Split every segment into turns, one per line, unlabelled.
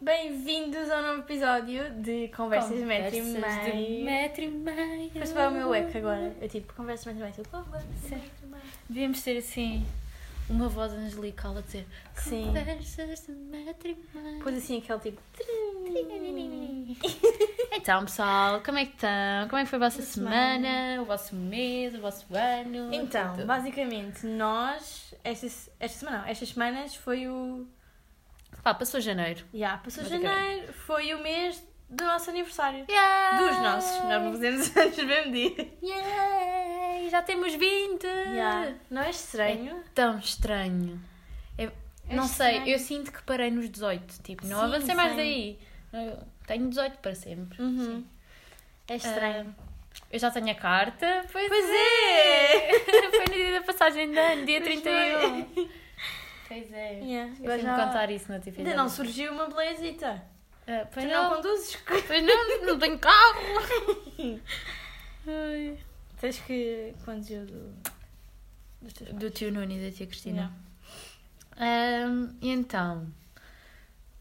Bem-vindos ao novo episódio de Conversas de Metro e
Conversas de
Meio.
metro e meio.
Mas para o meu eco agora, eu tipo, Conversas de Metro e Meio. Conversas de
Sim.
Metro e Meio.
Devíamos ter assim uma voz angelical a dizer
Sim.
Conversas de metro e meio.
Pôs assim aquele tipo...
Então, pessoal, como é que estão? Como é que foi a vossa
Boa semana.
semana, o vosso mês, o vosso ano?
Então,
tudo?
basicamente, nós... Esta, esta semana não, estas semanas foi o...
Pá, passou janeiro.
Já, passou
Basicamente.
janeiro, foi o mês do nosso aniversário.
Yeah!
Dos nossos, nós não fizemos anos no mesmo dia.
Yeah! Já temos 20!
Já, Não é estranho?
Tão estranho. É-
É
não sei,
estranho.
eu sinto que parei nos 18. Tipo, não
Sim,
avancei mais
sim.
daí. Eu tenho 18 para sempre.
Uhum. É estranho.
Ah, eu já tenho a carta. Pois,
Pois
é! Foi no dia da passagem de ano, dia
Pois
31. Pois é.
Yeah,
Eu fui-me
agora já-
contar isso no TV.
Ainda não surgiu uma belezita.
Ah, pois
Tu não
não,
conduzes?
pois não, não tenho carro.
Tens que conduzir do... dos teus
Do tio Nuno e da tia Cristina.
Yeah.
Ahm, e então,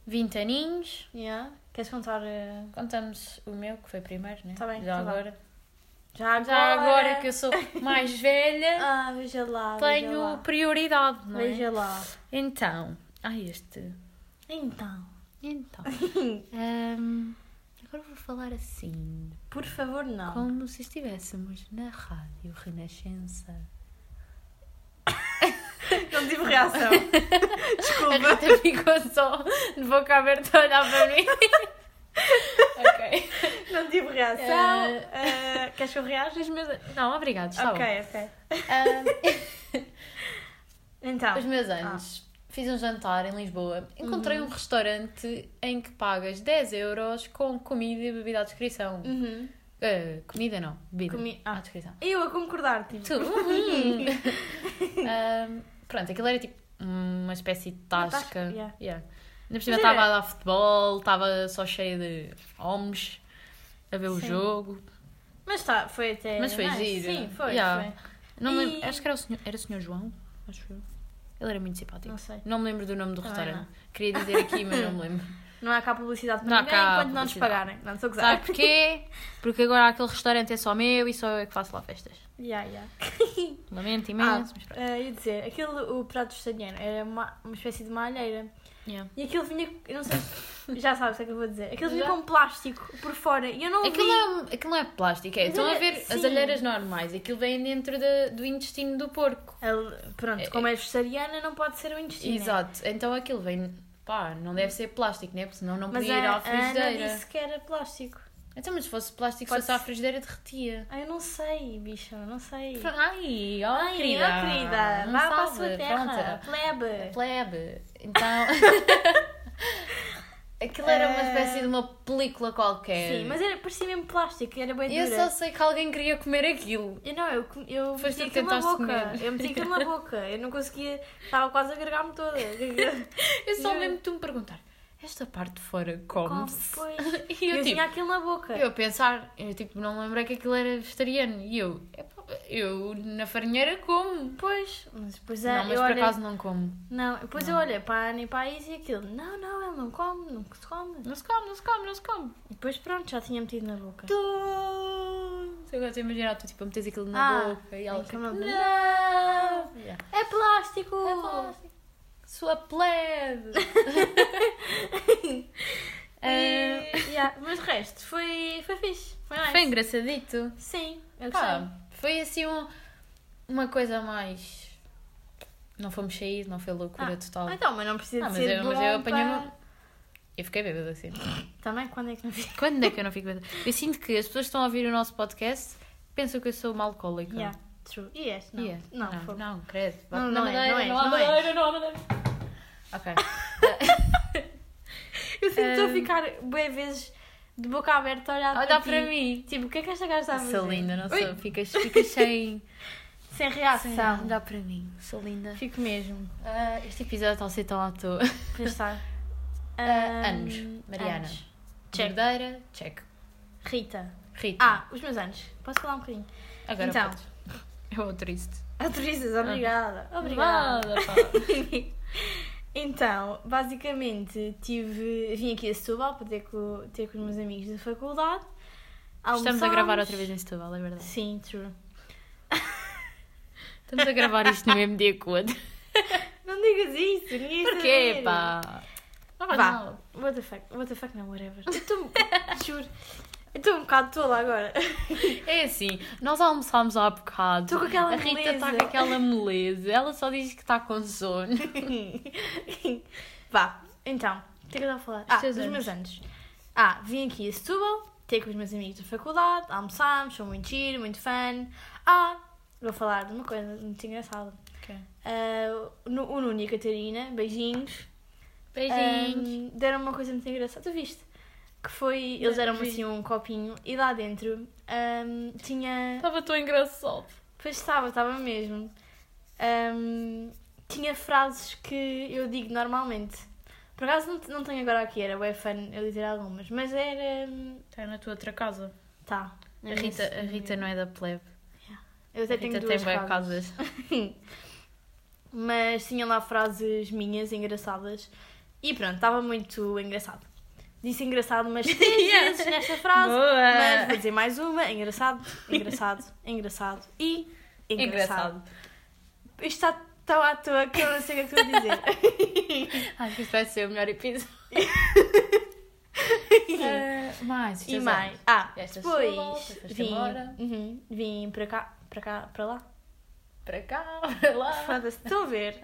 20 aninhos.
Yeah. Queres contar eh,
Contamos o meu, que foi primeiro, né?
Tá bem,
Já
tá bom.
agora.
já agora?
Já agora que eu sou mais velha,
Ah, veja lá, veja
tenho
lá.
prioridade, não é?
Veja lá.
Então, ah, este.
Então,
Então. Ahm, agora vou falar assim,
por favor não.
como se estivéssemos na Rádio Renascença.
Não tive reação.
A
Desculpa.
Rita ficou só de boca aberta a olhar para mim. ok.
Não tive reação.
Eh,
Eh, queres que eu reaja?
Os meus... Não, obrigado, está
ok, ok.
bom. Ahm,
Então,
os meus anos. Fiz um jantar em Lisboa. Encontrei um restaurante em que pagas 10 euros com comida e bebida à descrição.
Uhum.
Ah, comida não, bebida.
Comi-
À
ah,
descrição.
eu a concordar, tipo.
Tu, uhum. Ahm, pronto, aquilo era tipo uma espécie de
Uma
tasca.
tasca, yeah.
Yeah. Ainda por cima
Mas
estava
era-
a dar futebol, estava só cheio de homens a ver o
Sim.
jogo.
Mas tá, foi até.
Mas foi
nice.
giro.
Sim, foi.
Yeah.
foi.
Não me lembro,
E-
acho que era o senhor, era o senhor João, acho eu. Ele era muito simpático.
Não sei.
me lembro do nome do
Também
restaurante. Queria dizer aqui, mas não me lembro.
Não há cá publicidade para
Não há
ninguém
cá
enquanto não nos
publicidade.
pagarem. Não estou a gozar.
Sabe porquê? Porque agora aquele restaurante é só meu e só eu é que faço lá festas.
Yeah, yeah.
Lamento imenso, mas
ah,
pronto.
eh, ia dizer, aquele, o prato vegetariano era uma, uma espécie de malheira.
Yeah.
E aquilo vinha, eu não sei, já sabes o que é que eu vou dizer. Aquilo vinha
Já.
com plástico por fora e eu não
Aquilo,
vi.
é, um- aquilo não é plástico, é.
Mas
Estão a
era-
ver as
sim.
alheiras normais. Aquilo vem dentro da- do intestino do porco.
Ele- pronto,
É-
como é vegetariana não pode ser o intestino.
Exato. Então aquilo vem. Pá, não deve ser plástico, né? Porque senão não
Mas
podia ir
a,
à
a Ana
frigideira.
disse que era plástico.
Então, mas se fosse plástico, se
Pode
fosse à
ser.
frigideira, derretia.
Ah, eu não sei, bicho, eu não sei.
Ai, ó
Ai,
Oh, querida.
ó, querida,
Um
vá para a
salve,
sua terra,
pronto.
plebe.
Plebe. Então. aquilo era uma
Eh,
espécie de uma película qualquer.
Sim, mas era, parecia mesmo plástico, era bem
É. Eu
dura.
só sei que alguém queria comer aquilo.
Eu não, eu, com- eu
Foste
meti
tu que
aquilo na
tentaste
boca.
comer.
Eu meti aquilo na boca. Eu não conseguia. Estava quase a gargar-me toda.
Eu só
Juro.
lembro de tu me perguntar. Esta parte de fora
Como?
come-se.
Pois.
E
Eu,
eu, tipo,
tinha aquilo na boca.
eu a pensar, eu tipo, não lembrei que aquilo era vegetariano. E eu, "Epá, eu na farinheira como.
Pois. Mas depois é,
não, mas
eu
por
olhei-
acaso não como.
Não, depois eu olhei para a Ana e para a Isa e aquilo. Não, não, ele não come, não se come.
Não se come, não se come, não se come.
E depois pronto, já tinha metido na boca.
Tu... Eu gosto de imaginar, tu tipo, a metes aquilo na
Ah,
boca e ela
em
tipo,
cama-
não.
É plástico!
É plástico. Sua plebe. Ah,
E- Eh, yeah, Mas o resto foi, foi fixe. Foi nice.
foi engraçadito.
Sim, eu
Pá,
gostei.
foi assim um- uma coisa mais. Não fomos sair, não foi loucura
Ah,
total.
Ah, então, mas não precisa
Ah,
de
mas
ser
eu-
bom
mas eu apanhei
para-
Eu fiquei bêbada assim.
Também, quando é que não fiz?
Quando é que eu não fico bêbada? Eu sinto que as pessoas que estão a ouvir o nosso podcast pensam que eu sou uma alcoólica.
Yeah, true. E este? Não,
E é?
não,
não,
fogo.
não, credo.
Não,
Na
não é,
madeira,
não é,
há
não é.
madeira, não há madeira. Ok.
Eu sinto que estou a
Ahm.
ficar bem vezes de boca aberta a olhar
Olha
ti.
para mim.
Tipo, o que é que esta gaja está a fazer?
Sou linda, não
Ui,
sou? Ficas, ficas sem.
Sem reação.
Tá, Dá para mim. Sou linda.
Fico mesmo.
Ah, este episódio está a ser tão à toa.
Pensar.
Ah, anos. Mariana.
anos. Check.
Verdadeira, check.
Rita.
Rita.
Ah, os meus anos. Posso falar um bocadinho?
Agora
Então.
podes. É Eu vou triste.
Ah. Autorizas, obrigada.
Obrigada.
Obrigada.
pá.
Então, basicamente, tive, vim aqui a Setúbal para ter com, ter com os meus amigos da faculdade.
Estamos a gravar outra
Almoçámos.
vez em Setúbal, é verdade.
Sim, true.
Estamos a gravar isto no mesmo dia que o outro.
Não digas isso, ninguém vai
Porquê,
saber.
pá? Não faz
Vá,
mal.
what the fuck, what the fuck não, whatever. Eu estou, juro, eu estou um bocado tola agora.
É assim, nós almoçámos há bocado.
Tô com aquela
A Rita está
moleza.
com aquela moleza. Ela só diz que está com sono.
Vá, então, o que é que eu estava a falar? Ah,
teus
dos meus anos. Ah, vim aqui a Setúbal, ter com os meus amigos da faculdade, almoçámos, sou muito giro, muito fã. Ah, vou falar de uma coisa muito engraçada. Ah, no- o Nuno e a Catarina, beijinhos.
Beijinhos.
Ahm, deram uma coisa muito engraçada, tu viste? Que foi, eles deram
vi.
assim um copinho e lá dentro ahm, tinha.
Estava tão engraçado.
Pois estava, estava mesmo. Ahm, tinha frases que eu digo normalmente. Por acaso não, te- não tenho agora aqui, era bem fã eu dizer algumas, mas era. hum,
Está na tua outra casa.
Tá.
A Rita, a Rita não é da plebe.
Eu
A
até tenho
Rita
duas
bué
frases. mas tinha lá frases minhas engraçadas e pronto, estava muito engraçado. Disse engraçado umas três
Yeah.
vezes nesta frase,
Boa.
mas vou dizer mais uma: engraçado, engraçado, engraçado e engraçado.
Engraçado.
Isto está tão à toa que eu não sei o que é que estou a dizer.
Acho que isto vai ser o melhor episódio. Ah, mais.
e mais. Ah,
Esta
depois
Setúbal, depois
vim,
embora.
uhum, vim para cá, para cá, para lá.
Para cá, para lá.
Ah. Foda-se, estou a ver.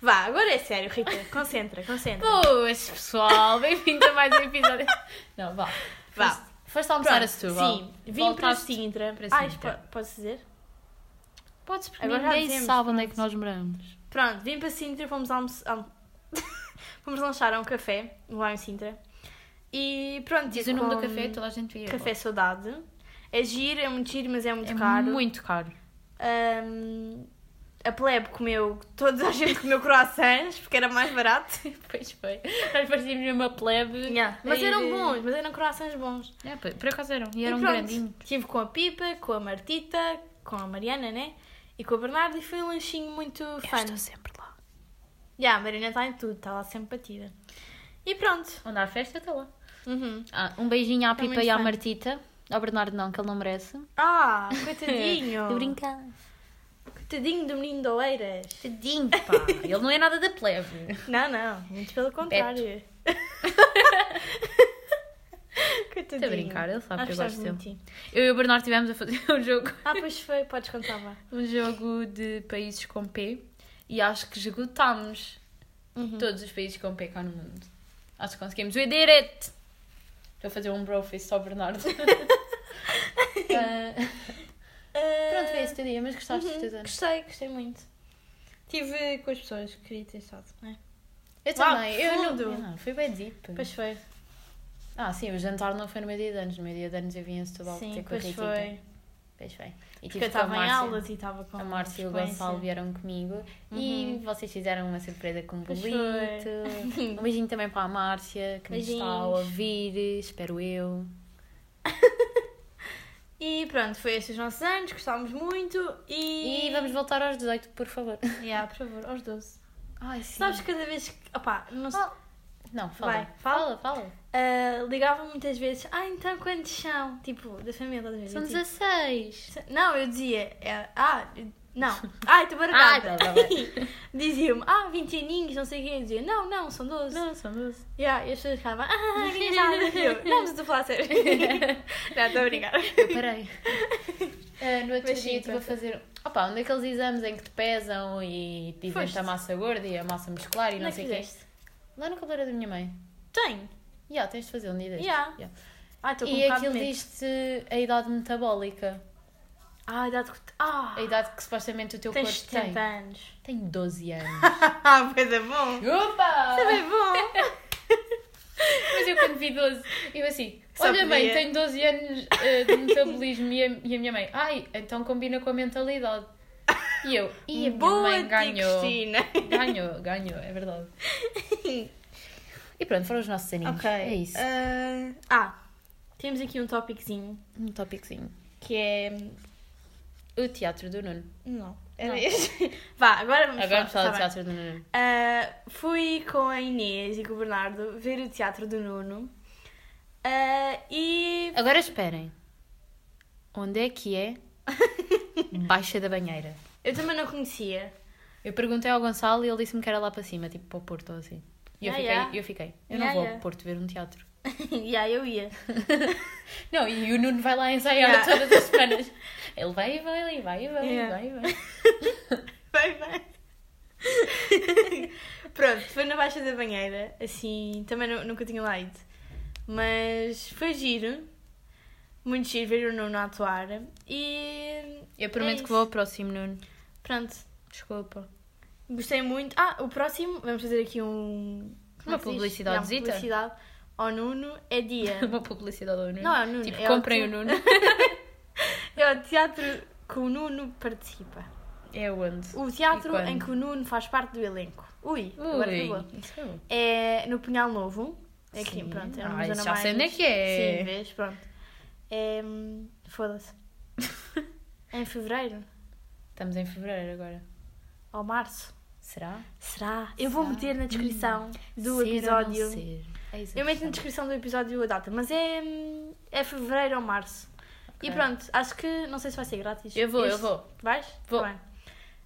Vá, agora é sério, Rita, concentra, concentra.
Boas, pessoal. Bem-vindo a mais um episódio. Não, vá.
Vá.
Foste- Foste almoçar
Pronto,
a Setúbal.
Sim, vim para
Voltaste-
Sintra.
para
Ai,
Sintra.
po- posso dizer?
Podes, porque
Agora já
ninguém
dizemos,
sabe onde é que nós moramos.
Pronto, vim para Sintra, fomos almoçar. fomos lanchar a um café lá em Sintra. E pronto,
Diz
eu
o nome do
como
café, toda a gente via.
Café Saudade. É giro, é muito giro, mas é muito
é
caro.
muito caro.
Ahm, a plebe comeu, toda a gente comeu croissants, porque era mais barato.
Pois foi. Nós parecíamos uma plebe.
Yeah, Mas
a ir-
eram bons, mas eram croissants bons.
É, pá, por acaso eram. E
E
eram
pronto,
grandinhos.
Estive com a Pipa, com a Martita, com a Mariana, né? E com a Bernardo e foi um lanchinho muito fã.
sempre lá.
Já, a Mariana está em tudo, está lá sempre batida. E pronto.
Onde há festa, está lá.
Uhum.
Ah, um beijinho à Pipa
muito
e à
fã.
Martita. Ao Bernardo não, que ele não merece.
Ah, coitadinho.
De brincar.
Coitadinho do menino de Oeiras.
Tadinho, pá. Ele não é nada da plebe.
Não, não, muito pelo contrário. coitadinho.
Estou a brincar, ele sabe
Ah,
que eu gosto
gostava
dele.
muito de ti.
Eu e o Bernardo estivemos a fazer um jogo,
Ah, pois foi, podes contar, vá.
um jogo de países com P e acho que esgotámos todos os países com P cá no mundo. Acho que conseguimos. We did it! Estou a fazer um bro face só ao Bernardo. Ah, pronto, foi esse teu dia, mas gostaste dos teus
Uhum,
anos.
Gostei, gostei muito. Estive com as pessoas que queria ter estado. É.
Uhum. Eu
Uau,
também, eu não,
profundo.
eu não. Foi bem deep.
Pois foi.
Ah, sim, o jantar não foi no meu dia de anos. No meu dia de anos eu vim em Setúbal ter
Sim,
com tipo a
pois
Rita.
foi.
Pois foi. E
Porque eu
tive com a
estava em
Márcia.
aulas e estava com
A Márcia e o
frequência.
Gonçalo vieram comigo e vocês fizeram uma surpresa com um
Uhum. Pois
bolito.
foi.
Um beijinho também para a Márcia, que nos está a
Beijinhos.
ouvir, espero eu.
E pronto, foi estes os nossos anos, gostámos muito e.
E vamos voltar aos 18, por favor.
Yeah, por favor, aos 12.
Ai, sim.
Sabes, cada vez que. Opá, não sei.
Ah, Não, fala.
Vai,
fala, fala.
Ah, ligavam muitas vezes, ah, então quantos são? Tipo, da família, às vezes.
São
Eu, tipo,
16.
Não, eu dizia, é, ah, não, ah, estou
Ah, tá,
baralhada.
tá bem.
Diziam-me, ah, 20 aninhos, não sei o quê. Eu dizia, não, não, são 12.
Não, são 12.
Yeah, e as pessoas ficavam, ah, engraçada. E eu, não, mas estou a falar a sério. não, estou a brincar.
Eu parei. Ah, no outro
Mas sim,
dia estive a
pronto.
fazer opa, um daqueles exames em que te pesam e dizem-te
Foste.
a massa gorda e a massa muscular e
Onde
não
é que
sei o quê.
fizeste?
Lá no cabeleireiro da minha mãe.
Tenho.
Já, tens de fazer um dia destes.
Yeah.
Yeah.
Ah, estou com
E
um bocado de
aquilo
medo.
diz-te a idade metabólica,
Ah, a idade que... Ah,
a idade que supostamente o teu
tens
corpo tem.
70 anos.
Tenho 12 anos.
Ah, foi da bom.
Opa!
Foi bom.
Mas eu quando vi 12, eu assim,
Só
olha mãe,
podia.
tenho 12 anos eh, de metabolismo e a, e a minha mãe, ai, então combina com a mentalidade. E eu, e a minha
Boa
mãe
ti,
ganhou.
Cristina.
Ganhou, ganhou, é verdade. E pronto, foram os nossos aninhos.
ok.
É isso.
Ah, ah, temos aqui um tópicozinho
Um tópicozinho.
que é...
O teatro do Nuno.
Não. Era
Não.
este. Vá, agora vamos
Agora vamos falar do
tá
teatro do Nuno.
bem. Ah, fui com a Inês e com o Bernardo ver o teatro do Nuno. Ah, e.
Agora esperem. Onde é que é Baixa da Banheira?
Eu também não conhecia.
Eu perguntei ao Gonçalo e ele disse-me que era lá para cima, tipo para o Porto ou assim. E eu
Ah,
fiquei,
yeah.
eu fiquei. Eu
Yeah,
não vou
yeah.
ao Porto ver um teatro.
e aí eu ia.
Não, e o Nuno vai lá ensaiar
Yeah.
todas as semanas. Ele vai e vai, e vai e vai, e
Yeah.
vai e vai.
Vai, vai. Pronto, foi na Baixa da Banheira, assim, também nu- nunca tinha lá ido. Mas foi giro, muito giro ver o Nuno a atuar. E
Eu prometo
isso.
que vou ao próximo, Nuno.
pronto,
Desculpa.
gostei muito. Ah, o próximo, vamos fazer aqui um.
Uma
como é que se diz?
publicidade
Não,
zita?
publicidade ao Nuno é dia.
Uma publicidade ao Nuno.
Não é o Nuno,
Tipo,
é o
comprem o
teu.
Nuno.
É o teatro que o Nuno participa.
É onde?
O
E
teatro
quando?
em que o Nuno faz parte do elenco. Ui, agora boa.
Ui, isso é bom.
É no Punhal Novo. É aqui,
Sim.
pronto. É uma
Ah,
zona
isso já
mais...
sei onde é que é.
Sim, vês, pronto. É... hum, Foda-se. em fevereiro?
Estamos em fevereiro agora.
Ou março?
Será?
Será? Eu vou
Será? Hum.
meter na descrição do
Ser ou não
episódio.
ser? É Eis a
Eu meto na
questão.
descrição do episódio a data, mas é... hum, É fevereiro ou março. E
Ok.
pronto, acho que... Não sei se vai ser grátis.
Eu vou, eu
Este-
vou.
Vais?
Vou.
Tá bem.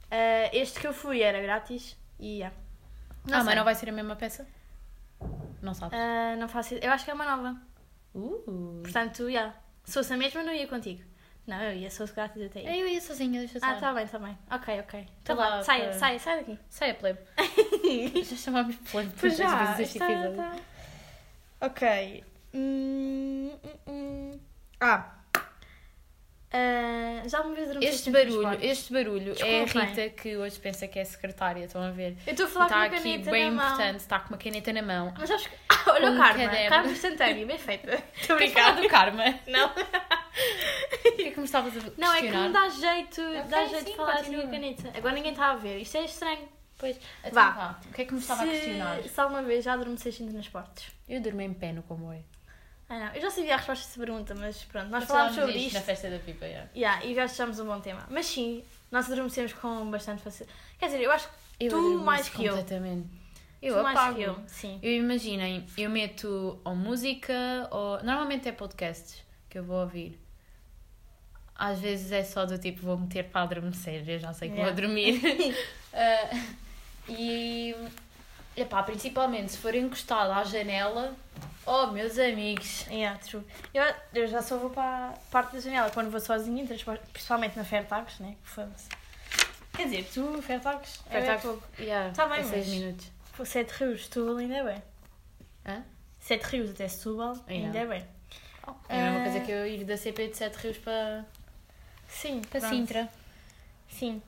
Ah, este que eu fui era grátis e yeah.
ah, mas
sei.
não vai ser a mesma peça? Não sabe.
Ah, não faço... Eu acho que é uma nova.
Hum. Uh.
Portanto, já. Se fosse a mesma, não ia contigo. Não, eu ia, se fosse grátis até ia.
Eu ia sozinha, deixa eu
Ah,
sair.
tá bem, tá bem. Ok, ok. Então
É Tá
vá,
lá,
saia,
tá.
saia, saia daqui.
Sai a plebe. Já tá. chamámos plebe todas
Pois já,
as vezes este
está-
episódio.
está. Ok. Hum, hum, hum. Ah. Ah, já uma vez adormeceste
Este
em
barulho,
transportes?
este barulho é a
Desculpem.
Rita que hoje pensa que é secretária, estão a ver?
Eu estou a falar
Está
com uma
tá aqui
caneta
bem
na mão.
importante, está com uma caneta na mão. é
Mas acho que... Ah, olha
Com
o
um
Carmen.
caderno.
Carmen Santana, bem feita. Estou a brincar.
Obrigada do karma.
Não.
O que é que me estavas a
Não, é que
questionar?
me dá jeito, dá
Ok,
jeito de
sim,
falar assim com a
continua.
caneta. Agora ninguém está a ver. Isto é estranho. Pois.
Então
Vá.
vá, O que é que me estava a questionar?
Se alguma vez já adormeceste em transportes?
Eu dormi em pé no comboio.
Ah, não. Eu já sabia a resposta a essa pergunta, mas pronto, nós
Já
falámos sobre
disto
isto.
Na festa da pipa, já.
Yeah, e gastamos um bom tema. Mas sim, nós adormecemos com bastante facilidade. Quer dizer, eu acho que
Eu
tu
adormeço
mais que eu.
Completamente.
tu
Eu
mais que
apago.
eu, sim.
Eu imaginem, eu meto ou música ou. Normalmente é podcasts que eu vou ouvir. Às vezes é só do tipo, vou meter para adormecer, eu já sei que
Yeah.
vou dormir. Ah, e. Epá, principalmente se for encostado à janela, oh meus amigos,
Yeah, true. Eu, eu já só vou para a parte da janela quando vou sozinha, em transportes, principalmente na Fairtax, né? Que foda-se. Quer dizer, tu, Fairtax,
Fairtax.
Fairtax.
yeah,
Tá bem,
é seis
mas-
minutos.
Sete rios, Setúbal ainda bem.
Hã?
Sete rios até Setúbal, ainda
Yeah.
bem.
É a mesma
Ah.
coisa que eu ir da CP de Sete Rios para,
Sim,
para
pronto.
Sintra.
Sim.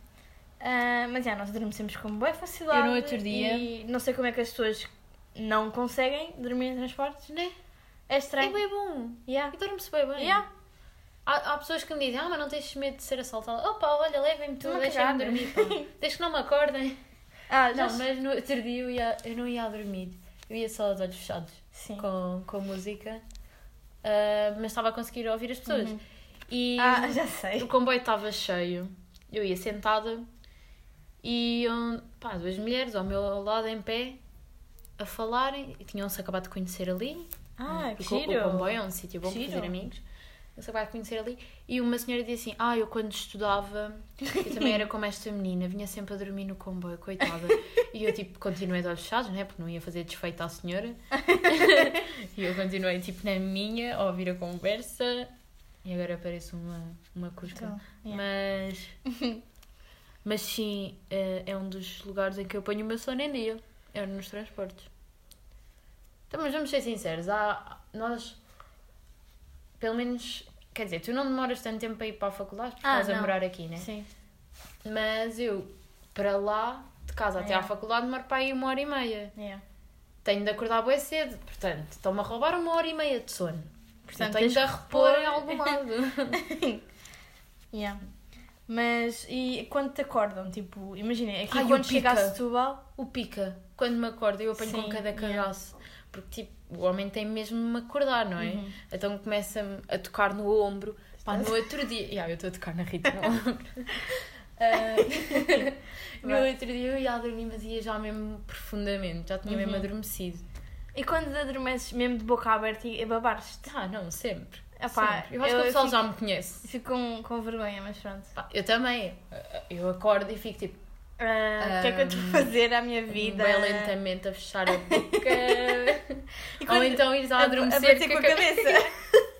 Ah, mas é, nós adormecemos com boa facilidade.
Eu no outro dia-
E não sei como é que as pessoas não conseguem dormir em transportes.
Né?
É
É
estranho.
bem bom.
Yeah.
E dorme-se bem bem.
Yeah.
Há, há pessoas que me dizem, ah, mas não tens medo de ser assaltada. Opa, olha, levem-me tu,
Uma
deixem-me
cagada.
dormir. pá. Deixa que não me acordem.
Ah, já.
Não, mas no outro dia eu, ia- eu não ia a dormir. Eu ia só aos olhos fechados
Sim.
com, com música. Ah, mas estava a conseguir ouvir as pessoas.
Uhum.
E
Ah, já
o
sei.
comboio estava cheio. Eu ia sentada e um, pá, duas mulheres ao meu lado em pé a falarem. E Tinham-se acabado de conhecer ali.
Ah, que
Hum, Porque o-
giro.
O comboio é um sítio bom para
Giro.
fazer amigos. Você vai conhecer ali. E uma senhora dizia assim: Ah, eu quando estudava, eu também era como esta menina, vinha sempre a dormir no comboio, coitada. E eu, tipo, continuei de olhos fechados, né? Porque não ia fazer desfeito à senhora. e eu continuei, tipo, na minha, a ouvir a conversa. E agora aparece uma, uma curta.
Então, yeah.
Mas. Mas sim, eh, é um dos lugares em que eu ponho o meu sono em dia. É nos transportes. Então, mas vamos ser sinceros, há, nós. Pelo menos. Quer dizer, tu não demoras tanto tempo para ir para a faculdade porque
Ah,
estás a
não.
morar aqui, né?
Sim.
Mas eu, para lá, de casa até
É.
à faculdade, demoro para aí uma hora e meia.
Yeah.
Tenho de acordar bem cedo, portanto, estão-me a roubar uma hora e meia de sono. Portanto,
Portanto,
tenho
tens
de a
que
repor
repor.
em algum lado.
Yeah. Mas e quando te acordam? Tipo, imagina, aqui
Ai, o
quando chega a
pica.
Setúbal.
O pica, quando me acordo, eu apanho
Sim,
com cada
yeah.
cagaço. Porque, tipo, o homem tem mesmo de me acordar, não é?
Uhum.
Então começa-me a tocar no ombro. Pá, no outro dia. Ya, eu estou a tocar na Rita no ombro. Ah, no outro dia eu ia a dormir, mas ia já mesmo profundamente, já tinha mesmo
Uhum.
adormecido.
E quando adormeces mesmo de boca aberta e babares-te?
Ah, não, sempre.
Epá,
sempre. Eu acho
Ah,
que
eu
o pessoal
fico-
já me conhece.
Fico com, com vergonha, mas pronto.
Pá, eu também. Eu acordo e fico tipo,
Ah, o que é que eu estou a
Ahm,
fazer à minha vida?
vida. bem lentamente a fechar a boca.
E quando-
Ou então ires
a,
a
a
adormecer
bater
com
com a
a cabeça.
cabeça.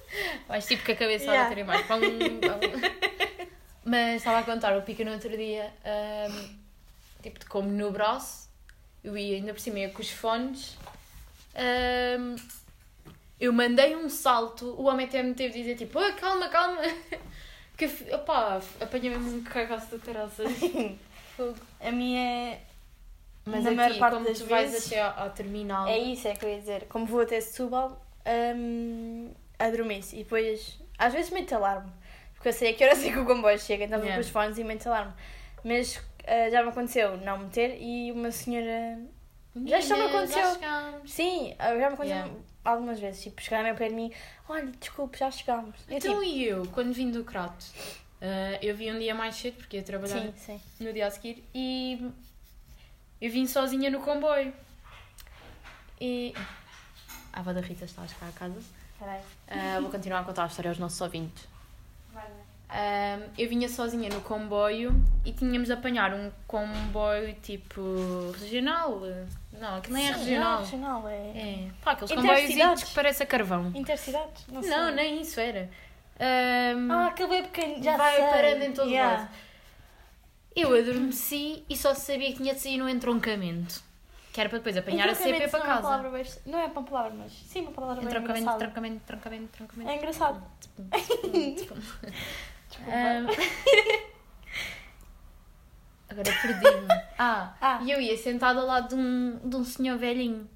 Vais tipo com a cabeça
Yeah.
a bater em mais. Pum, pum. Mas estava a contar o Pica no outro dia, ahm, tipo, de como no braço, eu ia ainda por cima ia com os fones. ahm, eu mandei um salto, o homem até me teve de dizer tipo, "Ah, calma, calma. Que, f- opá, apanhei mesmo um cagaço de caraças. Fogo.
a minha.
Mas
Na
aqui,
maior parte
como
das
tu vais
vezes-
até ao, ao terminal,
É isso, é que eu ia dizer. Como vou até Setúbal, um, adormeço. E depois, às vezes, meto alarme. Porque eu sei a que horas é que o comboio chega, então vou
Yeah.
com os fones e meto alarme. Mas ah, já me aconteceu não meter e uma senhora. Já isto me
"Menina,
aconteceu."
chegámos.
Sim, ah, já me aconteceu
Yeah.
algumas vezes. Tipo, chegaram ao pé de mim: olha, desculpe, já chegámos. Eu,
Então
tipo,
e eu, quando vim do Crato, eh, eu vim um dia mais cedo porque ia trabalhar
sim, sim.
no dia a seguir e eu vim sozinha no comboio. E a avó da Rita está a chegar a casa.
Peraí,
Eh, vou continuar a contar a história aos nossos ouvintes.
vai, vai.
Ahm, eu vinha sozinha no comboio e tínhamos de apanhar um comboio tipo regional. Não, aquilo nem é
Sim,
regional.
Não, regional é.
É. Pá, aqueles
Intercidades.
comboiozinhos que parece a carvão.
Intercidades? Não, sei.
Não, nem isso era. Ahm,
Ah, aquele bem pequeno, já
vai
sei.
parando em todo
Yeah.
lado. Eu adormeci e só sabia que tinha de sair no entroncamento. Que era para depois apanhar a
Entroncamento
CP para
não é uma
casa.
palavra bem- não é uma palavra, mas sim, uma palavra bem
Entroncamento,
engraçada.
entroncamento, entroncamento, entroncamento.
É engraçado.
Tipo,
Tipo, É, Desculpa.
Ahm. Agora perdi-me. Ah,
Ah.
e eu ia sentada ao lado de um, de um senhor velhinho.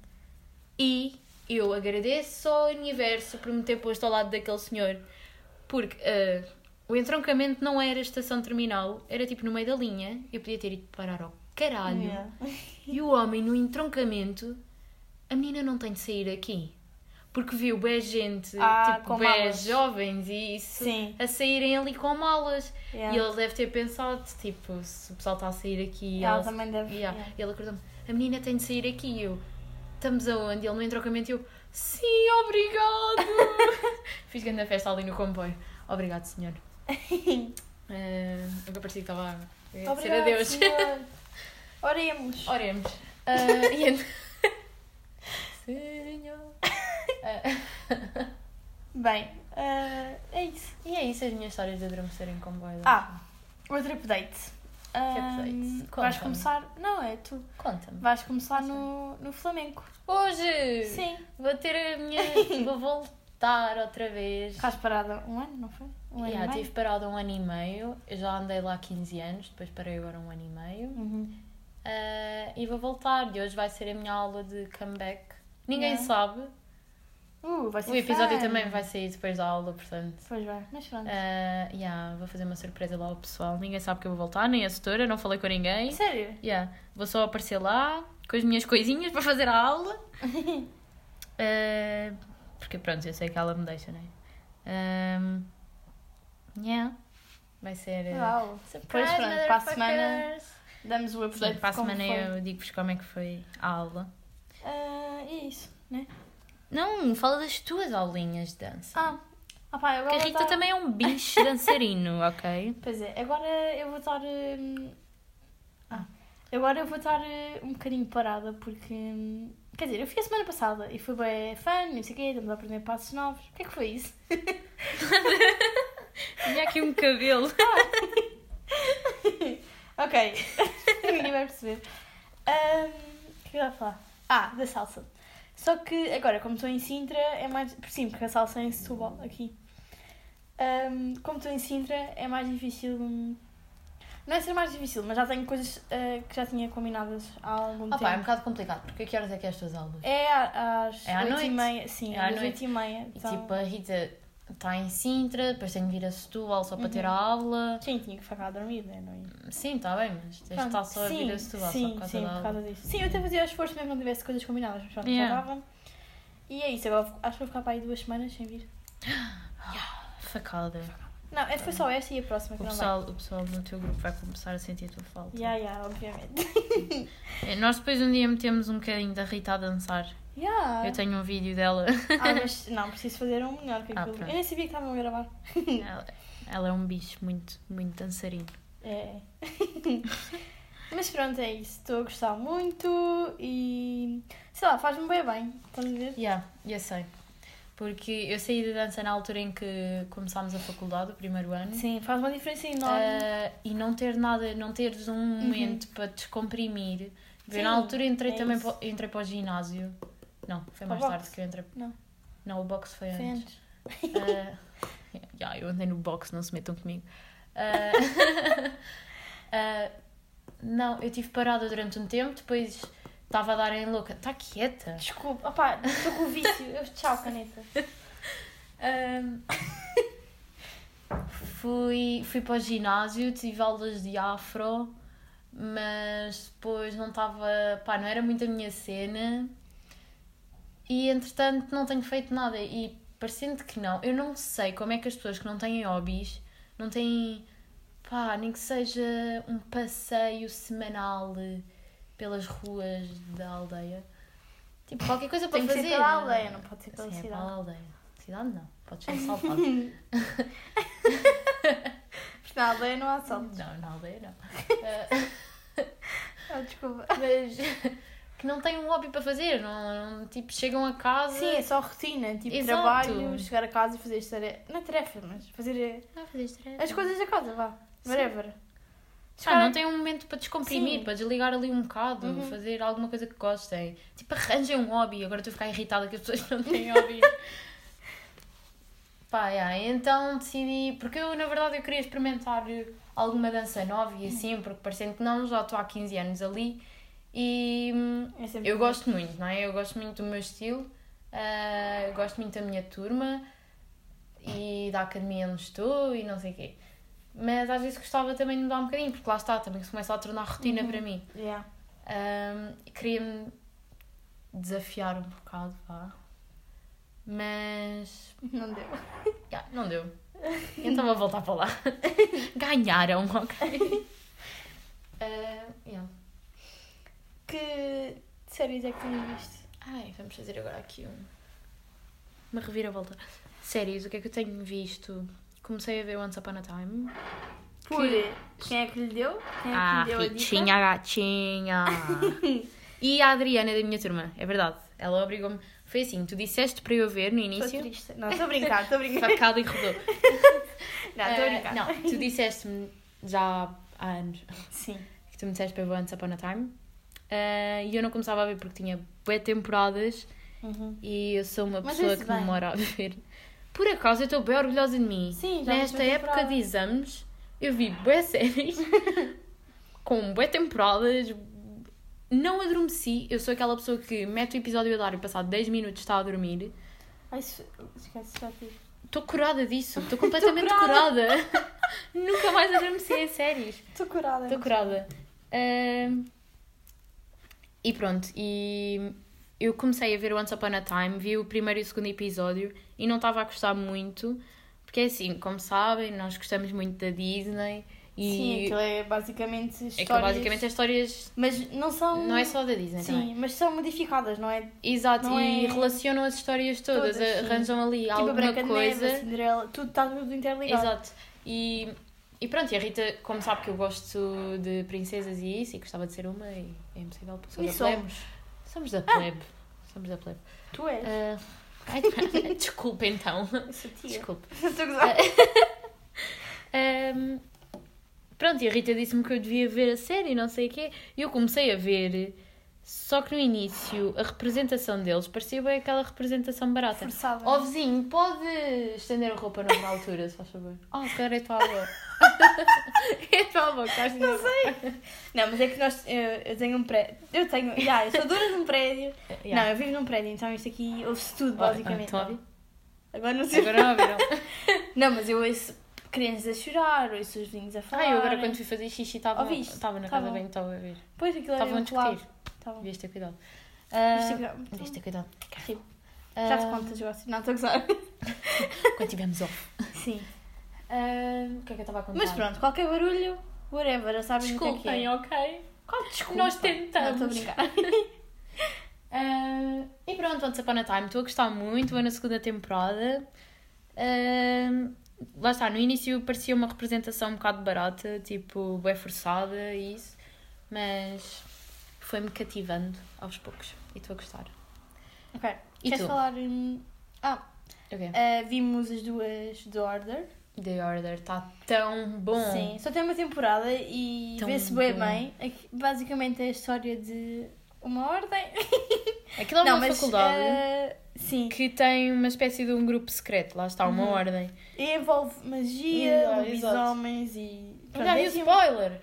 E eu agradeço ao universo por me ter posto ao lado daquele senhor. Porque ah, o entroncamento não era estação terminal, era tipo no meio da linha. Eu podia ter ido parar ao caralho.
Yeah.
E o homem no entroncamento, a menina não tem de sair aqui. Porque viu bem gente,
Ah,
tipo,
com
bem
malas.
jovens e isso,
Sim.
a saírem ali com malas.
Yeah.
E ele deve ter pensado, tipo, se o pessoal está a sair aqui.
E ela também deve.
Yeah.
yeah.
E ele acordou-me, a menina tem de sair aqui. E eu, estamos aonde? Ele no entroncamento e eu, sim, obrigado. Fiz grande festa ali no comboio. Obrigado, senhor. Uh, eu parecia que estava a agradecer
Obrigada,
a Deus.
senhor. Oremos.
Oremos. Ah, e
é-
ent- Senhor. Ah,
Bem, ah, é isso.
e é isso as minhas histórias de adormecer em comboio.
Ah, outro update. Ah,
update?
vais
Conta-me.
começar. Não, é tu.
Conta-me.
Vais começar no, no Flamengo.
Hoje
Sim.
vou ter a minha. vou voltar outra vez.
Estás parada um ano, não foi? Um ano
Yeah,
e meio?
tive parado um ano e meio. Eu já andei lá 15 anos, depois parei agora um ano e meio.
Uhum.
Ah, e vou voltar. E hoje vai ser a minha aula de comeback. Ninguém
Yeah.
sabe.
Uh, vai ser
O episódio
fun.
também vai sair depois da aula, portanto.
Pois vai, mas pronto.
Ah, yeah, vou fazer uma surpresa lá ao pessoal. Ninguém sabe que eu vou voltar, nem a setora, não falei com ninguém.
Sério?
Yeah, vou só aparecer lá com as minhas coisinhas para fazer a aula. Ah, porque pronto, eu sei que ela me deixa, não é? Ah, yeah. Vai ser. eh,
Uau. Pois
surprise,
pronto, para a
motherfuckers.
semana damos o update.
Sim,
de
para a
como
semana
foi.
eu digo-vos como é que foi a aula.
Ah, é isso, né?
Não, fala das tuas aulinhas de dança.
Ah, opá, agora. tá.
Porque a
vou
Rita
estar-
também é um bicho dançarino, ok?
Pois é, agora eu vou estar. hum, Ah, agora eu vou estar eh, um bocadinho parada porque. hum, Quer dizer, eu fui a semana passada e fui bem fã, não sei o quê, estamos a aprender passos novos. O que é que foi isso?
Tinha aqui um cabelo.
Ah, Ok, ninguém vai perceber. Ahm, O que é que eu ia falar? Ah, da salsa. Só que agora, como estou em Sintra, é mais. Por sim, porque a salsa é em Setúbal, aqui. Ahm, como estou em Sintra, é mais difícil. hum, Não é ser mais difícil, mas já tenho coisas ah, que já tinha combinadas há algum
Ah
tempo.
pá, é um bocado complicado, porque a que horas é que é as tuas aulas?
É à- às
É à
oito
noite.
e meia, sim,
É à
às
noite.
oito e meia.
E
então-
tipo, a Rita está em Sintra, depois tem de vir a Setúbal só para
Uhum.
ter a aula.
Sim, tinha que ficar a dormir, né? não ia.
Sim, está bem, mas tens de
Pronto,
estar só a vir
sim,
a Setúbal
sim,
só por causa da
sim, por
aula.
causa disso. Sim, eu até fazia o esforço mesmo não tivesse coisas combinadas, mas pronto,
Yeah.
já dava. E é isso, agora acho que vou ficar para aí duas semanas sem vir.
Facada.
Não, é- foi só esta e a próxima que
O
não vai.
pessoal, o pessoal do teu grupo vai começar a sentir a tua falta.
Ya, ya, obviamente.
Eh, Nós depois um dia metemos um bocadinho da Rita a dançar.
Ya.
Eu tenho um vídeo dela.
Ah, mas não, preciso fazer um melhor que
Ah,
aquilo.
pronto.
Eu nem sabia que estavam a gravar.
Ela, ela é um bicho muito, muito dançarino.
É. Mas pronto, é isso. Estou a gostar muito e. Sei lá, faz-me bem bem. Estás a ver?
Yeah, eu sei. Porque eu saí da dança na altura em que começámos a faculdade, o primeiro ano.
Sim, faz uma diferença enorme.
Ah, e não ter nada, não teres um momento para descomprimir. Eu na
Uhum. Sim,
altura entrei
é
também
isso.
para, entrei para o ginásio. Não, foi
Para o
mais
boxe?
tarde que eu entrei.
Não.
Não, o boxe foi,
Foi
antes.
antes.
Ah, yeah, eu andei no boxe, não se metam comigo. Ah, ah, não, eu estive parada durante um tempo, depois estava a dar em louca. Está quieta.
Desculpa, opá, estou com o vício. Eu, tchau, caneta.
Ahm, fui, fui para o ginásio, tive aulas de afro, mas depois não estava. pá, não era muito a minha cena. E entretanto não tenho feito nada. E parecendo que não, eu não sei como é que as pessoas que não têm hobbies, não têm. pá, nem que seja um passeio semanal pelas ruas da aldeia. Tipo, qualquer coisa para
Tem que
fazer.
ser pela aldeia, não pode ser pela
Sim, é para a
Então, cidade.
aldeia. Cidade não, pode ser assaltado. não,
Porque na aldeia não há sol.
na aldeia não. Ah,
Ah, desculpa.
mas que não têm um hobby para fazer, não, não- tipo, chegam a casa.
Sim, é só rotina, tipo
Exato.
trabalho, chegar a casa e fazer as tarefas. Não é tarefa, mas fazer eh,
Não, fazer isto
as coisas da casa, vá.
Sim.
Whatever.
Ah, não têm um momento para descomprimir,
Sim.
para desligar ali um bocado,
Uhum.
fazer alguma coisa que gostem. Tipo, arranjem um hobby. Agora estou a ficar irritada que as pessoas não têm hobby. Pá, yeah, então decidi. Porque eu, na verdade, eu queria experimentar alguma dança nova e
Hum.
assim, porque parecendo que não, já estou há 15 anos ali. E hum,
É sempre
eu gosto muito, não é? Eu gosto muito do meu estilo, ah, eu gosto muito da minha turma e da academia onde estou e não sei o quê. Mas às vezes gostava também de mudar um bocadinho, porque lá está, também se começa a tornar rotina para mim.
Yeah.
Ahm, Queria-me desafiar um bocado, vá. Mas.
Não deu.
já, não deu. Então vou voltar para lá. Ganharam, ok? Ah, yeah.
Que séries é que tens visto?
Ai, vamos fazer agora aqui um... uma reviravolta. Séries, o que é que eu tenho visto? Comecei a ver Once Upon a Time. Ah,
Por quem é que lhe deu? Quem é que lhe deu a dica?
gatinha! e a Adriana da minha turma, é verdade. Ela obrigou-me. Foi assim, tu disseste para eu ver no
Estou
início.
triste. Não, estou a brincar, estou a brincar.
Facada e rodou.
Não, estou Tá, a
Eh,
brincar.
não, tu disseste-me já há anos
Sim.
que tu me disseste para ver Once Upon a Time. Eh, e eu não começava a ver porque tinha bué temporadas
Uhum.
E eu sou uma
Mas
pessoa
vê-se
que
bem.
demora a ver. Por acaso, eu estou bem orgulhosa de mim.
Sim, já viste
Nesta
uma
época
temporada.
de exames, eu vi boas séries, com boas temporadas, não adormeci. Eu sou aquela pessoa que mete o episódio a dar e passado 10 minutos está a dormir.
Ai, se- esquece, já tive.
Estou curada disso, estou completamente curada. Nunca mais adormeci em séries.
Estou curada.
Estou curada. Ahm, e pronto, e eu comecei a ver Once Upon a Time, vi o primeiro e o segundo episódio e não estava a gostar muito, porque é assim, como sabem, nós gostamos muito da Disney
Sim,
e
aquilo é basicamente
é
histórias.
que basicamente as histórias
Mas não são...
não é só da Disney,
Sim,
também.
mas são modificadas, não é?
Exato,
Não
e
é-
relacionam as histórias todas,
Todas, sim.
arranjam ali
tipo a
alguma
Branca de Neve, a
coisa.
Cinderela, tudo está tudo interligado.
Exato. E, e pronto, e a Rita, como sabe que eu gosto de princesas e isso, e gostava de ser uma, e é impossível porque sou
E
da plebe.
somos. Ah.
Somos da plebe. Somos da plebe.
Tu és.
Ah, ai, desculpa então.
Eu sou tia.
Desculpa.
Estou a gozar.
Ahm, pronto, e a Rita disse-me que eu devia ver a série, não sei o quê. E eu comecei a ver, só que no início a representação deles parecia bem aquela representação barata.
É Forçada.
Ó vizinho, pode estender a roupa numa altura, se faz favor. Ah, se calhar é tua avó. é tua avó que estás
Não sei. Não, mas é que nós. Eu, eu tenho um prédio. Eu tenho. Já, eu sou dona de um prédio.
Eh,
Não, eu vivo num prédio, então isto aqui ouve-se tudo, basicamente.
Estão a ouvir?
Agora não sei.
então. Agora não ouviram.
Não, mas eu ouço crianças a chorar, ouço os vizinhos a falar.
Ah, eu agora quando fui fazer xixi estava
Ouviste?
estava na
Estavam.
casa bem, estava a ver.
Pois aquilo era
Estavam a
enrolado.
discutir.
Estavam.
Devias ter cuidado. Ah, Devias
Isto
ter cuidado.
aqui- Já te
Ah,
contas, eu gosto. Não, estou a gozar.
Quando tivemos off.
Sim.
Ah, Ahm, o que é que eu estava a contar?
Mas pronto, qualquer barulho, whatever, já sabem o que é que
Desculpem,
é.
ok?
Qual desculpa?
Nós tentamos.
Não, estou a brincar.
Ah, e pronto, Once Upon a Time, estou a gostar muito, vou na segunda temporada. Ah, lá está, no início parecia uma representação um bocado barata, tipo, é forçada e isso, mas foi-me cativando aos poucos e estou a gostar.
Ok.
E
Queres
tu?
falar... hum, Ah,
Ok.
ah, vimos as duas do Order.
The Order está tão bom.
Sim, só tem uma temporada e
Tão
vê-se bem
bom.
bem. Aqui- Basicamente é a história de uma ordem.
Aquilo é uma faculdade
ah, sim,
que tem uma espécie de um grupo secreto, lá está, uma
Uhum.
ordem.
envolve magia,
Exato, Hum, exato.
lobisomens e... pronto,
Olha,
é
e o
assim-
spoiler!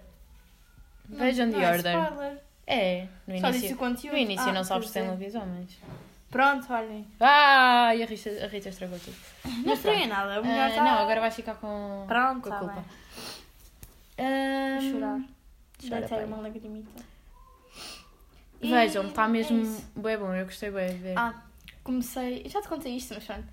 Não,
Vejam
não
The
é
Order.
spoiler.
É, no
Só disse o
início.
conteúdo.
No início
Ah,
não sabes
quer
se um tem
dizer.
lobisomens.
Pronto, olhem.
Ah, e a Rita, a Rita estragou tudo.
Não estranha nada. O melhor
Ah,
tá-
Não, agora vais ficar com,
Pronto,
com a
tá
culpa. Ah,
bem.
Ahm,
Vou chorar.
chora,
Deitei
pai.
uma lagrimita. E
Vejam, está
é
mesmo
isso.
bem bom, eu gostei bem de ver.
Ah, comecei... eu Já te contei isto, mas pronto.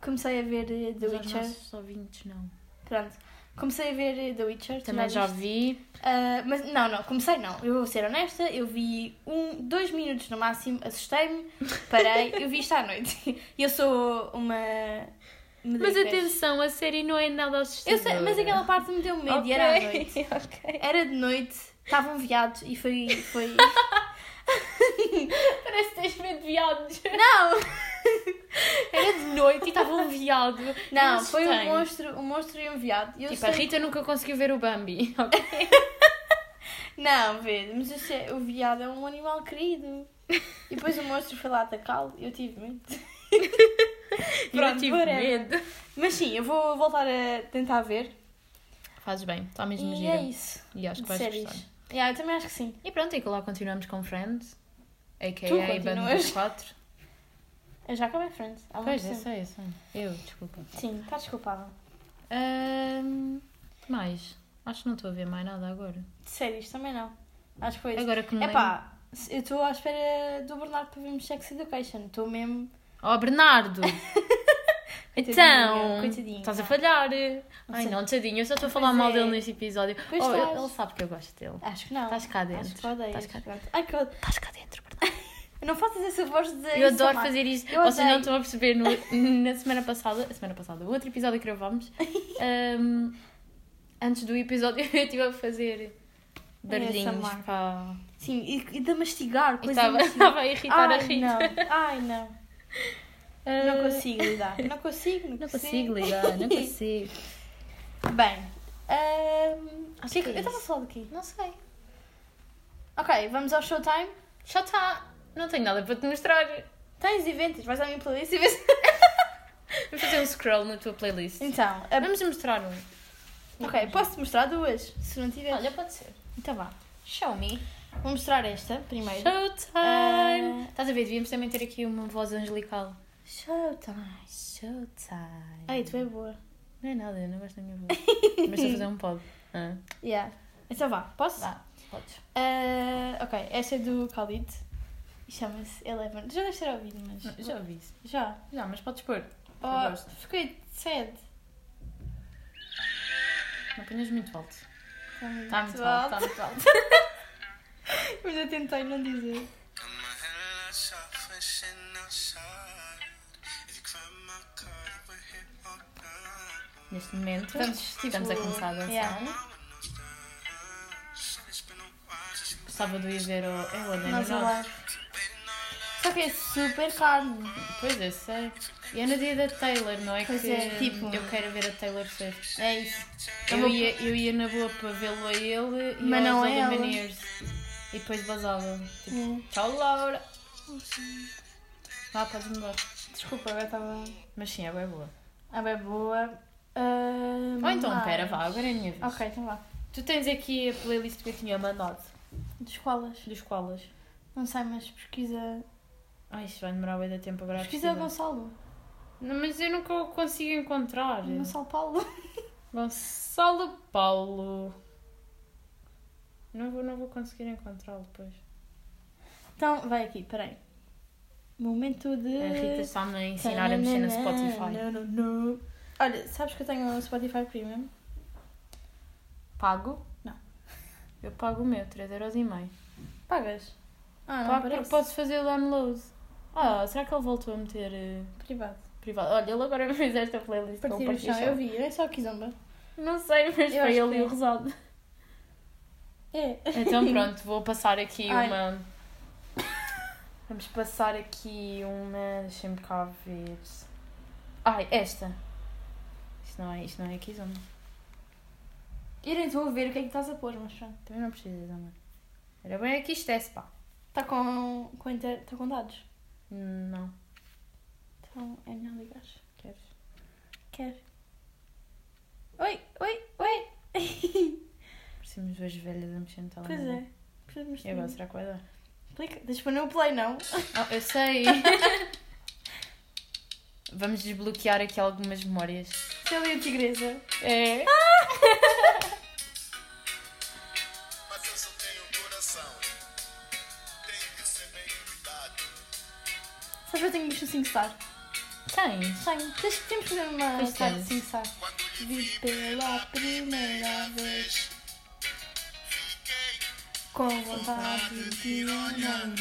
Comecei a ver eh, The
Mas aos
Witcher.
nossos ouvintes, não.
Pronto. Comecei a ver eh, The Witcher. tu
Também já
viste?
vi.
Ah, mas não, não, comecei não. Eu vou ser honesta, eu vi um, dois minutos no máximo, assustei-me, parei, eu vi isto à noite. E eu sou uma.
Mas
medíocre.
atenção, a série não é nada
Eu
assustadora.
sei, mas aquela parte me deu medo e era à noite. Era de noite, estava um viado e foi. foi...
Parece que tens medo de viados.
não!
Era de noite e estava um viado.
Não,
Eu
foi um
assustei.
monstro, um monstro e um viado. E Eu
Tipo, a
sei-
Rita nunca conseguiu ver o Bambi.
Não, vê, mas eu sei, o viado é um animal querido. E depois o monstro foi lá atacá-lo e eu tive medo.
eu tive
whatever.
medo.
Mas sim, eu vou voltar a tentar ver.
Fazes bem, está
E
mesmo
é
giro.
isso.
E acho que
de
vais
séries.
gostar.
Yeah, eu também acho que sim.
E pronto, e que lá continuamos com Friends.
Tu
A.K.A.
continuas.
Bando 4.
Eu já acabei Friends. Há
Pois, é, eu
muito tempo.
sei, eu sei. Eu, desculpa.
Sim, tá está desculpada.
Ahm, que mais? Acho que não estou a ver mais nada agora.
De séries também não. Acho que foi isso.
Agora que me
É pá, eu estou à espera do Bernardo para vermos Sex Education. Estou mesmo.
lembro- Oh, Bernardo! então!
Coitadinho, coitadinho,
Estás a
pá.
falhar. Ai não, tadinho, eu só estou a falar
Pois
mal
é.
dele neste episódio.
Pois
Oh,
estás.
ele, ele sabe que eu gosto dele.
Acho que não.
Estás cá dentro.
Acho que é odeias.
Estás cá,
Pronto. Ai, que ódio.
estás cá dentro, Bernardo.
Eu não faças essa voz de.
Eu adoro
Samar.
fazer isto.
Eu
Vocês
odeio.
não estão a perceber. no- na semana passada, a semana passada, o outro episódio que gravámos, ahm, antes do episódio, eu estive a fazer barulhinhos
ASMR.
para.
Sim, e, e de mastigar,
E
coisa
Estava
de mastigar.
estava a irritar
Ai,
a Rita.
não. Ai, não.
Ah,
Não consigo lidar. Não consigo, não,
Não consigo ligar, não consigo.
Bem, ahm,
Acho
que é
que é
que- eu estava a
isso.
falar do quê?
Não sei.
Ok, vamos ao Showtime.
Já está. Não tenho nada para te mostrar.
Tens eventos, vais à minha playlist e vês.
Vamos fazer um scroll na tua playlist.
Então, a-
Vamos mostrar um.
ok, posso-te mostrar duas, se não tiver.
Olha, pode ser.
Então vá.
Show me.
Vou mostrar esta primeiro.
Showtime.
Ah.
Eh, Estás a ver? Devíamos também ter aqui uma voz angelical.
Showtime.
Showtime.
Ai, tu é boa.
Não é nada, eu não gosto da minha voz. Mas estou a fazer um pod. Ah.
Yeah. Então vá, posso?
Vá, podes.
Ah, ok, esta é do Khalid. E chama-se Eleven. Já deves ter ouvido, mas.
Não, Hum, Já ouvi isso.
Já.
Já, mas podes pôr.
Oh,
gosto.
fiquei sede.
Não ponhas muito alto. Está Tá
Está
muito alto, está muito alto.
Mas eu tentei não dizer.
Put my head outside, fishing outside. If you climb my car, you will hit all night.
Neste momento,
Estamos,
estamos a
tipo,
começar a dançar.
yeah.
I would not stand. It's been a while since you
Sábado ia ver o Helena
Nós
no
ao ar.
nosso.
waiting all night.
Só que é super caro.
Pois eu sei. E é no dia da Taylor, não é
Pois
que
é, tipo-
eu quero ver a Taylor Swift.
É isso.
Eu ia, eu ia na boa para vê-lo a ele e
Mas
aos
não é ela.
Lumineers. E depois basava. Tipo,
Hum,
tchau Laura. Ah, podes mudar.
Desculpa, agora estava.
Mas sim, é bem boa.
Ah, bem boa. Ah,
Ou então,
mais.
pera, vá, agora é a minha vez.
Ok, então vá.
Tu tens aqui a playlist que eu tinha mandado,
De escolas.
dos colas.
Não sei, mas pesquisa.
Ai, isto vai demorar bem da tempo agora. a
Pesquisa
pesquisar.
Gonçalo.
Não, mas eu nunca o consigo encontrar.
Gonçalo Paulo.
Gonçalo Paulo. Não vou, não vou conseguir encontrá-lo depois.
Então, vai aqui, peraí. Momento de. Eh,
A Rita está-me a ensinar a mexer no Spotify.
Não, não, não. Olha, sabes que eu tenho um Spotify Premium?
Pago?
Não.
Eu pago o meu, 3,5€.
Pagas? Ah, não,
Pago porque
parece.
posso fazer o download. Ah, será que ele voltou a meter eh,
Privado.
privado? Olha, ele agora fez esta playlist com
Partir o
partir
chão, eu
chão.
vi, é só Kizomba.
Não sei, mas
Eu
foi
acho
ele
que
e
é.
o resultado.
É.
Então pronto, vou passar aqui
Ai.
uma. Vamos passar aqui uma. Deixa-me cá ver. Ai, esta. Isto não é, isto não é aqui, Zona.
Eu nem vou ver o que é que estás a pôr, mas pronto.
Também não precisa, Zona. Era bem aqui isto é, pá.
Está Tá com, com, inter... tá com dados.
Não,
Então é melhor ligar.
queres?
Quer. Oi, oi, oi!
Parecemos duas velhas a mexer no
pois
telemóvel.
é. Precisamos
E agora, será que vai dar?
Explica. Deixa para não play, não?
Oh, eu sei. Vamos desbloquear aqui algumas memórias.
Se eu e a tigresa.
É.
Mas eu só tenho coração. Tem que ser bem cuidado.
Sabes que eu tenho visto o 5 star?
Tens.
Tenho. Tens- Temos que fazer uma
Pois
tarde
tens.
5 star.
Quando lhe
Vi pela primeira vez
fiz, fiquei
com vontade de olhar.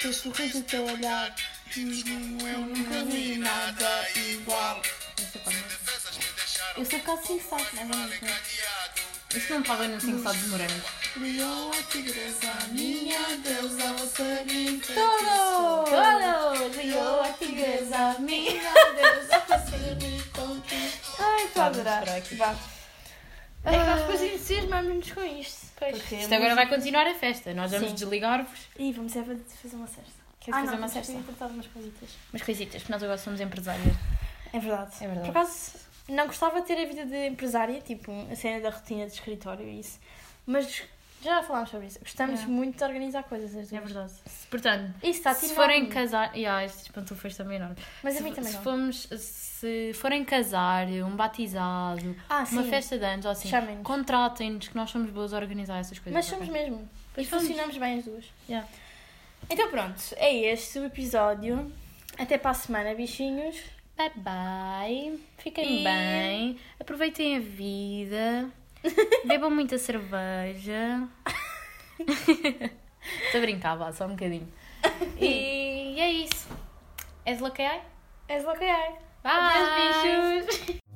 Teu sorriso, teu olhar. é um Diz-me, eu nunca vi nada igual.
Isso é para mim.
defesas me deixaram
Eu sou quase 5 star, mas não é mesmo.
aliado.
Isso não estava no 5 de morango.
Leão, a tigresa, minha deusa, você me fez.
Touro!
Touro! Leão, a tigresa, minha deusa, você me conquistou. Ai, estou a
Vamos
adorar.
parar aqui.
Vá. É que nós depois entusiasmamos-nos com isto. Porque
Isto Ah, agora vai continuar a festa. Nós vamos
Sim.
desligar-vos.
E vamos é fazer uma cesta.
Queres fazer uma
temos Ah, que
cesta?
ir tratar de umas coisitas.
Mas coisitas, porque nós agora somos empresárias.
É verdade.
É verdade.
Por acaso, não gostava de ter a vida de empresária, tipo, a cena da rotina de escritório e isso. Mas já falámos sobre isso. Gostamos
É.
muito de organizar coisas. as duas.
verdade. Portanto,
Isso é está tipo a
se
ti
forem
enorme.
casar. Yeah, este pantufas também é enorme.
Mas
se,
a mim também
se
não.
Formos, se forem casar, um batizado,
Ah,
uma
sim.
festa de anos ou assim,
Chamem-nos.
contratem-nos que nós somos boas a organizar essas coisas.
Mas somos mesmo. E
somos.
funcionamos bem as duas.
Yeah.
Então pronto, é este o episódio. Até para a semana, bichinhos.
Bye bye. Fiquem
E-
bem. Aproveitem a vida. Bebam muita cerveja. Estou a brincar, vá, só um bocadinho. E é isso. És laqueai?
És logo que é.
Bye!
Adeus, bichos.